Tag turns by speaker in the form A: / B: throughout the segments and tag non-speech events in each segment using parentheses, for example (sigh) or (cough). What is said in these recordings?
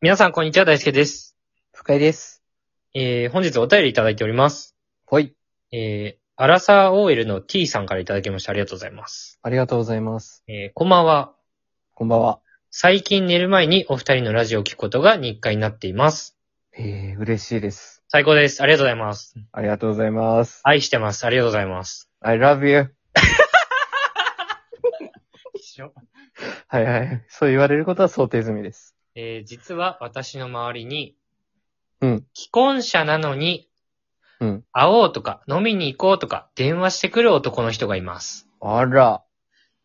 A: 皆さん、こんにちは。大輔です。
B: 深井です。
A: えー、本日お便りいただいております。
B: ほい。
A: えー、アラサー OL の T さんからいただきました。ありがとうございます。
B: ありがとうございます。
A: えー、こんばんは。
B: こんばんは。
A: 最近寝る前にお二人のラジオを聞くことが日課になっています。
B: えー、嬉しいです。
A: 最高です。ありがとうございます。
B: ありがとうございます。
A: 愛してます。ありがとうございます。
B: I love you. はいはい。そう言われることは想定済みです。
A: えー、実は私の周りに、
B: うん。
A: 既婚者なのに、
B: うん。
A: 会おうとか、飲みに行こうとか、電話してくる男の人がいます。
B: あら。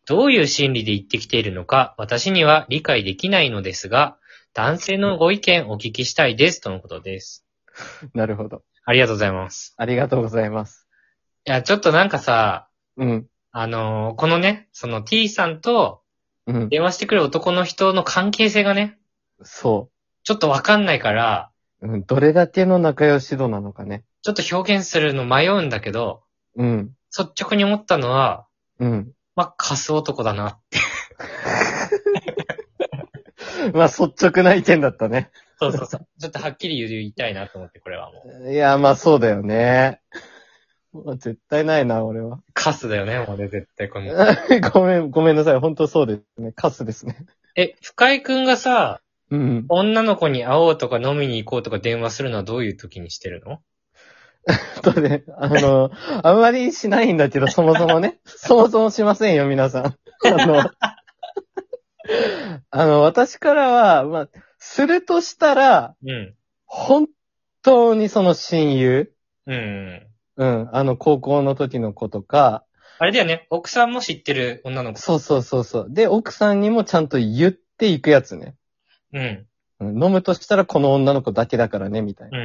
A: どういう心理で言ってきているのか、私には理解できないのですが、男性のご意見お聞きしたいです、とのことです。
B: なるほど。
A: ありがとうございます。
B: ありがとうございます。
A: いや、ちょっとなんかさ、
B: うん。
A: あのーこのね、その T さんと
B: うん。
A: 電話してくる男の人の関係性がね、
B: そ
A: ちょっとわかんないから、
B: う。うん。どれだけの仲良し度なのかね。
A: ちょっと表現するの迷うんだけど、
B: うん。
A: 率直に思ったのは、
B: うん。
A: まあ、カス男だな。
B: まあ、率直な意見だったね。
A: そうそうそう。ちょっとはっきり言いたいなと思って、これはもう。
B: いや、まあそうだよね。もう絶対ないな、俺は。 (laughs)
A: カスだよね、俺絶対この。
B: ごめん、ごめんなさい。本当そうですね。カスですね。
A: え、深井くんがさ、
B: うん。
A: 女の子に会おうとか飲みに行こうとか電話するのはどういう時にしてるの
B: ちょっとね、あの、あんまりしないんだけど、そもそもね。そもそもしませんよ、皆さん。あの、あの、私からは、まあ、するとしたら、
A: うん。
B: 本当にその親友、
A: うん。
B: うん、あの、高校の時の子とか、
A: あれだよね。奥さんも知ってる女の子。
B: そうそうそうそう。で、奥さんにもちゃんと言っていくやつね。
A: うん。
B: うん飲むとしたらこの女の子だけだからね、みたい
A: うんう
B: な。
A: ん。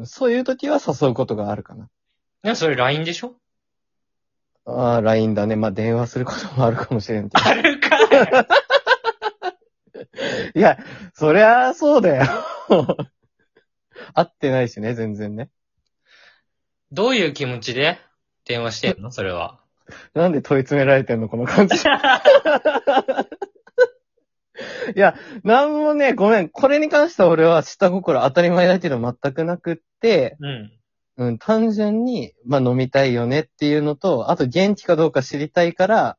B: うんそういう時は誘うことがあるかな。
A: でもそれ LINE でしょ
B: ああ、LINE だね。まあ、電話することもあるかもしれんけど。
A: あるかい
B: (laughs) いや、そりゃそうだよ。 (laughs) 会ってないしね、全然ね。
A: (laughs) どういう気持ちで電話してんのそれは。
B: なんで問い詰められてんの、この感じ。いや、なんもね、ごめん。これに関しては俺は下心当たり前だけど全くなくって、
A: うん。
B: うん、単純に、まあ飲みたいよねっていうのと、あと元気かどうか知りたいから、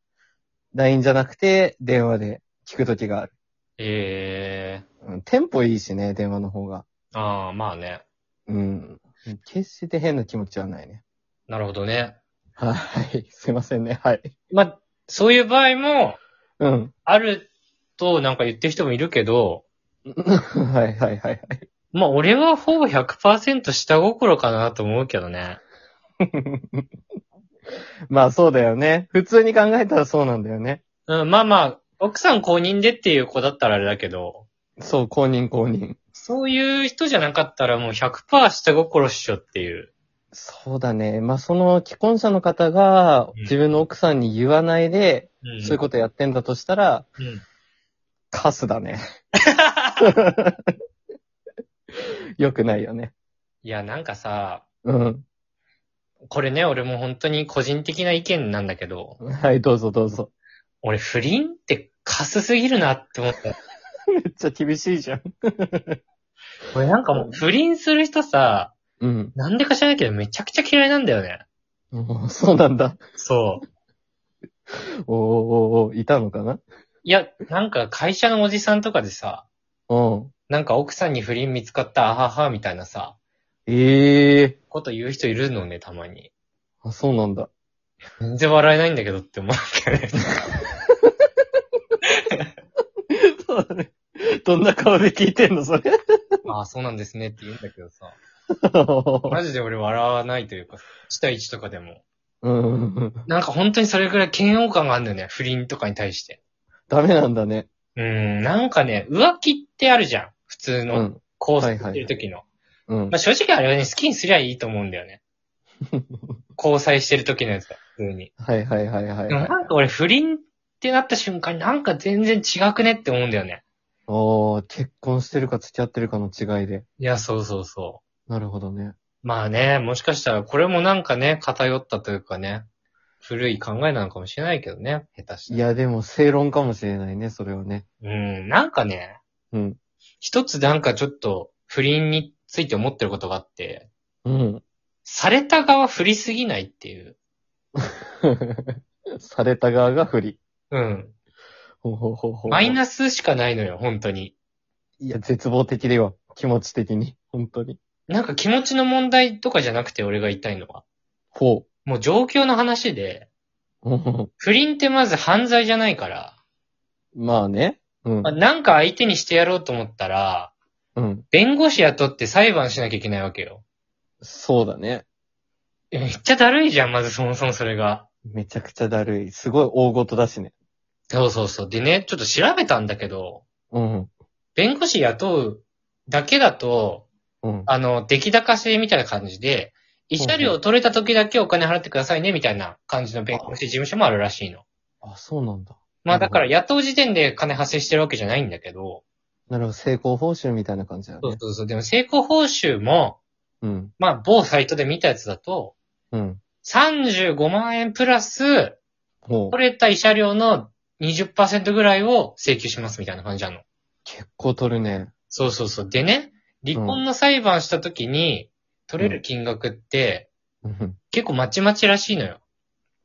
B: LINE じゃなくて電話で聞くときがある。
A: え
B: うん、テンポいいしね、電話の方が。
A: ー。ああ、まあね。
B: うん。決して変な気持ちはないね。
A: なるほどね。
B: はい。すいませんね。はい。
A: まあ、そういう場合も、
B: うん。 (laughs)
A: あるとなんか言ってる人もいるけど、
B: はいはいはいはい。
A: まあ俺はほぼ100%下心かなと思うけどね。
B: まあそうだよね。普通に考えたらそうなんだよね。
A: うん、まあまあ、奥さん公認でっていう子だったらあれだけど、
B: そう、公認公認。
A: そういう人じゃなかったらもう100%下心っしょっていう。
B: そうだね。まあその既婚者の方が
A: うん
B: 自分の奥さんに言わないで、
A: うん、
B: そういうことやってんだとしたら、
A: と。うん。
B: カスだ (laughs) ね。よくないよね。
A: いや、なんかさ、
B: うん。
A: これね、俺も本当に個人的な意見なんだけど、
B: はい、どうぞどうぞ。
A: 俺不倫ってカスすぎるなって思った。
B: めっちゃ厳しいじゃん。
A: これなんかもう不倫する人さ、
B: うん。
A: なんでか知らないけどめちゃくちゃ嫌いなんだよね。
B: もうそうなんだ。
A: そう。
B: おーおーおーいたのかない
A: や、なんか会社のおじさんとかでさ、
B: うん。
A: なんか奥さんに不倫見つかったあははみたいなさ、
B: ええー。
A: こと言う人いるのね、たまに。
B: あ、そうなんだ。
A: 全然笑えないんだけどって思うけどね。
B: そうだね。 (laughs) どんな顔で聞いてんの、そ (laughs) れ。
A: (laughs) ああ、そうなんですねって言うんだけどさ。
B: う
A: マジで俺笑わないというか、1対1とかでも。
B: ん。
A: なんか本当にそれぐらい嫌悪感があるんだよね、不倫とかに対して。
B: ダメなんだね。
A: うーん、なんかね、浮気ってあるじゃん。普通
B: う
A: の
B: ん。
A: コー
B: はい
A: ス
B: はい
A: ってる時の。
B: うん
A: まあ、。正直あれはね、好きにすりゃいいと思うんだよ (laughs) ね。交際してる時のやつだ、普通に。
B: はいはいはいはい
A: でも
B: はい。
A: なんか俺不倫ってなった瞬間になんか全然違くねって思うんだよね。
B: おー、結婚してるか付き合ってるかの違いで。
A: いや、そうそうそう。
B: なるほどね。
A: まあね、もしかしたらこれもなんかね、偏ったというかね、古い考えなのかもしれないけどね、下手し
B: い
A: たら。
B: や、でも正論かもしれないね、それはね。
A: うん、なんかね、
B: うん。
A: 一つなんかちょっと不倫について思ってることがあって、
B: うん。 (laughs)
A: された側振りすぎないっていう。
B: された側が不利。
A: うん。
B: ほうほうほうほう
A: マイナスしかないのよ、本当に。
B: いや、絶望的でよ。気持ち的に。本当に。
A: なんか気持ちの問題とかじゃなくて俺が言いたいのは。
B: ほ
A: もう状況の話で、
B: ううん。 (laughs)
A: 不倫ってまず犯罪じゃないから、
B: まあね。うん
A: まあ。なんか相手にしてやろうと思ったら、
B: うん。
A: 弁護士雇って裁判しなきゃいけないわけよ。
B: そうだね。
A: えめっちゃだるいじゃん、まずそもそもそれが。
B: めちゃくちゃだるい。すごい大事だしね。
A: そうそうそう。でね、ちょっと調べたんだけど、
B: うん。
A: 弁護士雇うだけだと、
B: うん。
A: あの、出来高制みたいな感じで、慰謝料取れた時だけお金払ってくださいね、みたいな感じの弁護士事務所もあるらしいの。
B: あ、そうなんだ。
A: まあだか
B: う
A: ら
B: ん
A: 雇う時点で金発生してるわけじゃないんだけど、
B: なるほど。成功報酬みたいな感じだね。
A: そうそうそう。でも成功報酬も、
B: うん。
A: まあ某サイトで見たやつだと、
B: うん。
A: 35万円プラス、
B: ほう
A: 取れた慰謝料の20%ぐらいを請求しますみたいな感じなの。
B: 結構取るね。
A: そうそうそう。でね、離婚の裁判した時に取れる金額って
B: うん。
A: 結構まちまちらしいのよ。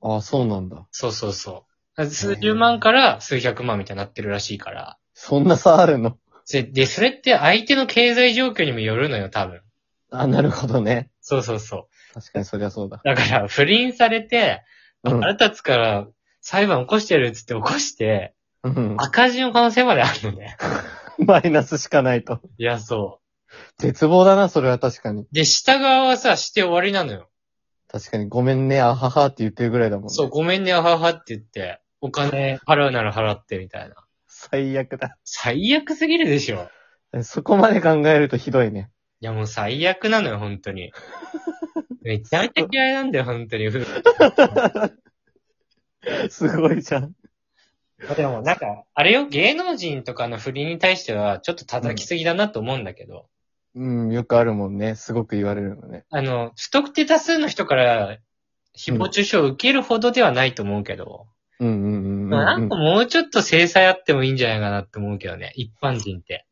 B: あ、そうなんだ。
A: そうそうそう。数十万から数百万みたいになってるらしいから。
B: そんな差あるの
A: で、でそれって相手の経済状況にもよるのよ、多分。
B: あ、なるほどね。
A: そうそうそう。
B: 確かにそりゃそうだ。
A: だから、不倫されて、
B: う
A: あ
B: ん。
A: なたつから裁判起こしてるっつって起こして、
B: うん、
A: 赤字の可能性まであるの
B: (laughs)
A: ね。
B: マイナスしかないと。
A: いや、そう。
B: 絶望だな、それは確かに。
A: で、下側はさ、して終わりなのよ。
B: 確かに、ごめんね、あははって言ってるぐらいだもんね。
A: そう、。ごめんね、あははって言って、お金払うなら払ってみたいな。
B: 最悪だ。
A: 最悪すぎるでしょ。
B: そこまで考えるとひどいね。
A: いや、もう最悪なのよ、本当
B: (laughs)
A: に。めちゃめちゃ嫌いなんだよ、本当に。
B: すごいじゃん。
A: でも、なんか、あれよ、芸能人とかの不倫に対しては、ちょっと叩きすぎだなと思うんだけど、
B: うん、よくあるもんね。すごく言われるのね。
A: あの、不特定多数の人から、誹謗中傷を受けるほどではないと思うけど、
B: うんうんうんうん、うん。
A: なんかもうちょっと制裁あってもいいんじゃないかなって思うけどね、一般人って。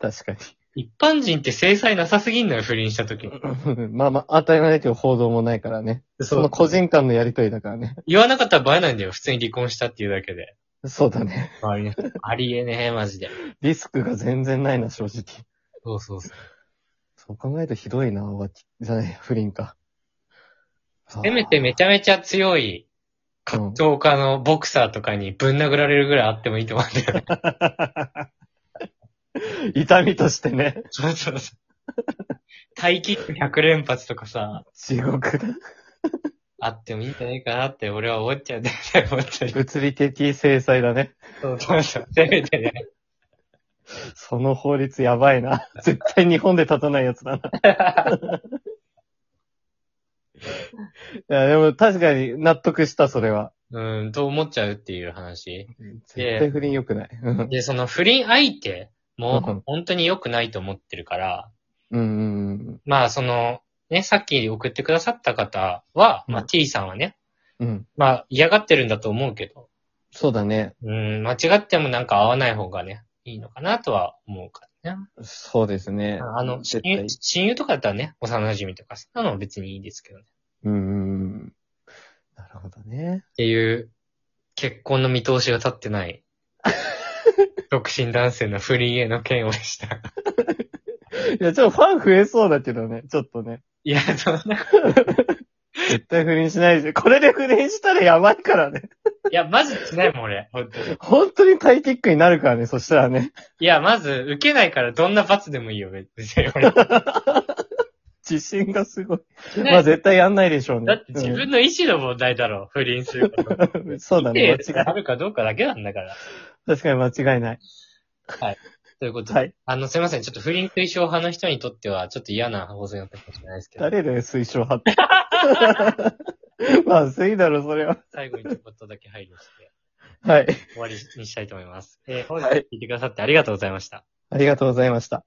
B: 確かに。
A: 一般人って制裁なさすぎんのよ、不倫した時に。
B: (laughs) まあまあ、当たり前だけど報道もないからね。その個人間のやりとりだからね。
A: 言わなかったらバレないんだよ、普通に離婚したっていうだけで。
B: そうだね。
A: ありえねえ、マジで。
B: リスクが全然ないな、正直。
A: そうそうそう。
B: そう考えるとひどいな、浮気じゃない、不倫か。
A: せめてめちゃめちゃ強い格闘家のボクサーとかにぶん殴られるぐらいあってもいいと思うんだよね。
B: 痛みとしてね、
A: そうそうそう。タイキック100連発とかさ、
B: 地獄だ。
A: あってもいいんじゃないかなって俺は思っちゃうんだよね、本当に。
B: 物理的制裁だね。
A: そうそうそう。せめてね。
B: その法律やばいな。絶対日本で立たないやつだな。いや、でも確かに納得した、それは。
A: うん、と思っちゃうっていう話。
B: 絶対不倫良くない。うん
A: で、その不倫相手
B: うん
A: も本当に良くないと思ってるから、
B: うんうん
A: まあ、その、ね、さっき送ってくださった方は、まあ、
B: うん
A: T さんはね、
B: うん。うん。
A: まあ、嫌がってるんだと思うけど、
B: そうだね。
A: うん、間違ってもなんか合わない方がね、いいのかなとは思うからね。
B: そうですね。
A: あの、親
B: 絶
A: 友
B: 対。
A: 親友とかだったらね、幼馴染とか、そんなのは別にいいですけどね。
B: うんうんうん。なるほどね。
A: っていう、結婚の見通しが立って
B: (laughs)
A: ない、独身男性の不倫への嫌悪でした。
B: いや、ちょっとファン増えそうだけどね、ちょっとね。
A: いや、そんな、い
B: 絶対不倫しないでしょ。これで不倫したらやばいからね。
A: や、まずしないもん、俺。本当に
B: 本当にタイキックになるからね、そしたらね。
A: いや、まず、受けないからどんな罰でもいいよ、別に。俺
B: 自信がすごい。 (laughs) まあ絶対やんないでしょう
A: (laughs)
B: ね。
A: だって自分の意思の問題だろ、不倫すること。
B: うんそうだね、間違い
A: あ。るかどうかだけなんだから。
B: 確かに間違いない。
A: ということで、
B: はい。
A: あの、すいません。ちょっと不倫推奨派の人にとっては、ちょっと嫌な放送になったかもしれないですけど、
B: 誰だよ、推奨派って。
A: (laughs)
B: まあ、せいだろ、それは。
A: 最後にちょっとだけ配慮して、
B: はい。
A: 終わりにしたいと思います。えー、本日
B: はい
A: 聞いてくださってありがとうございました。
B: ありがとうございました。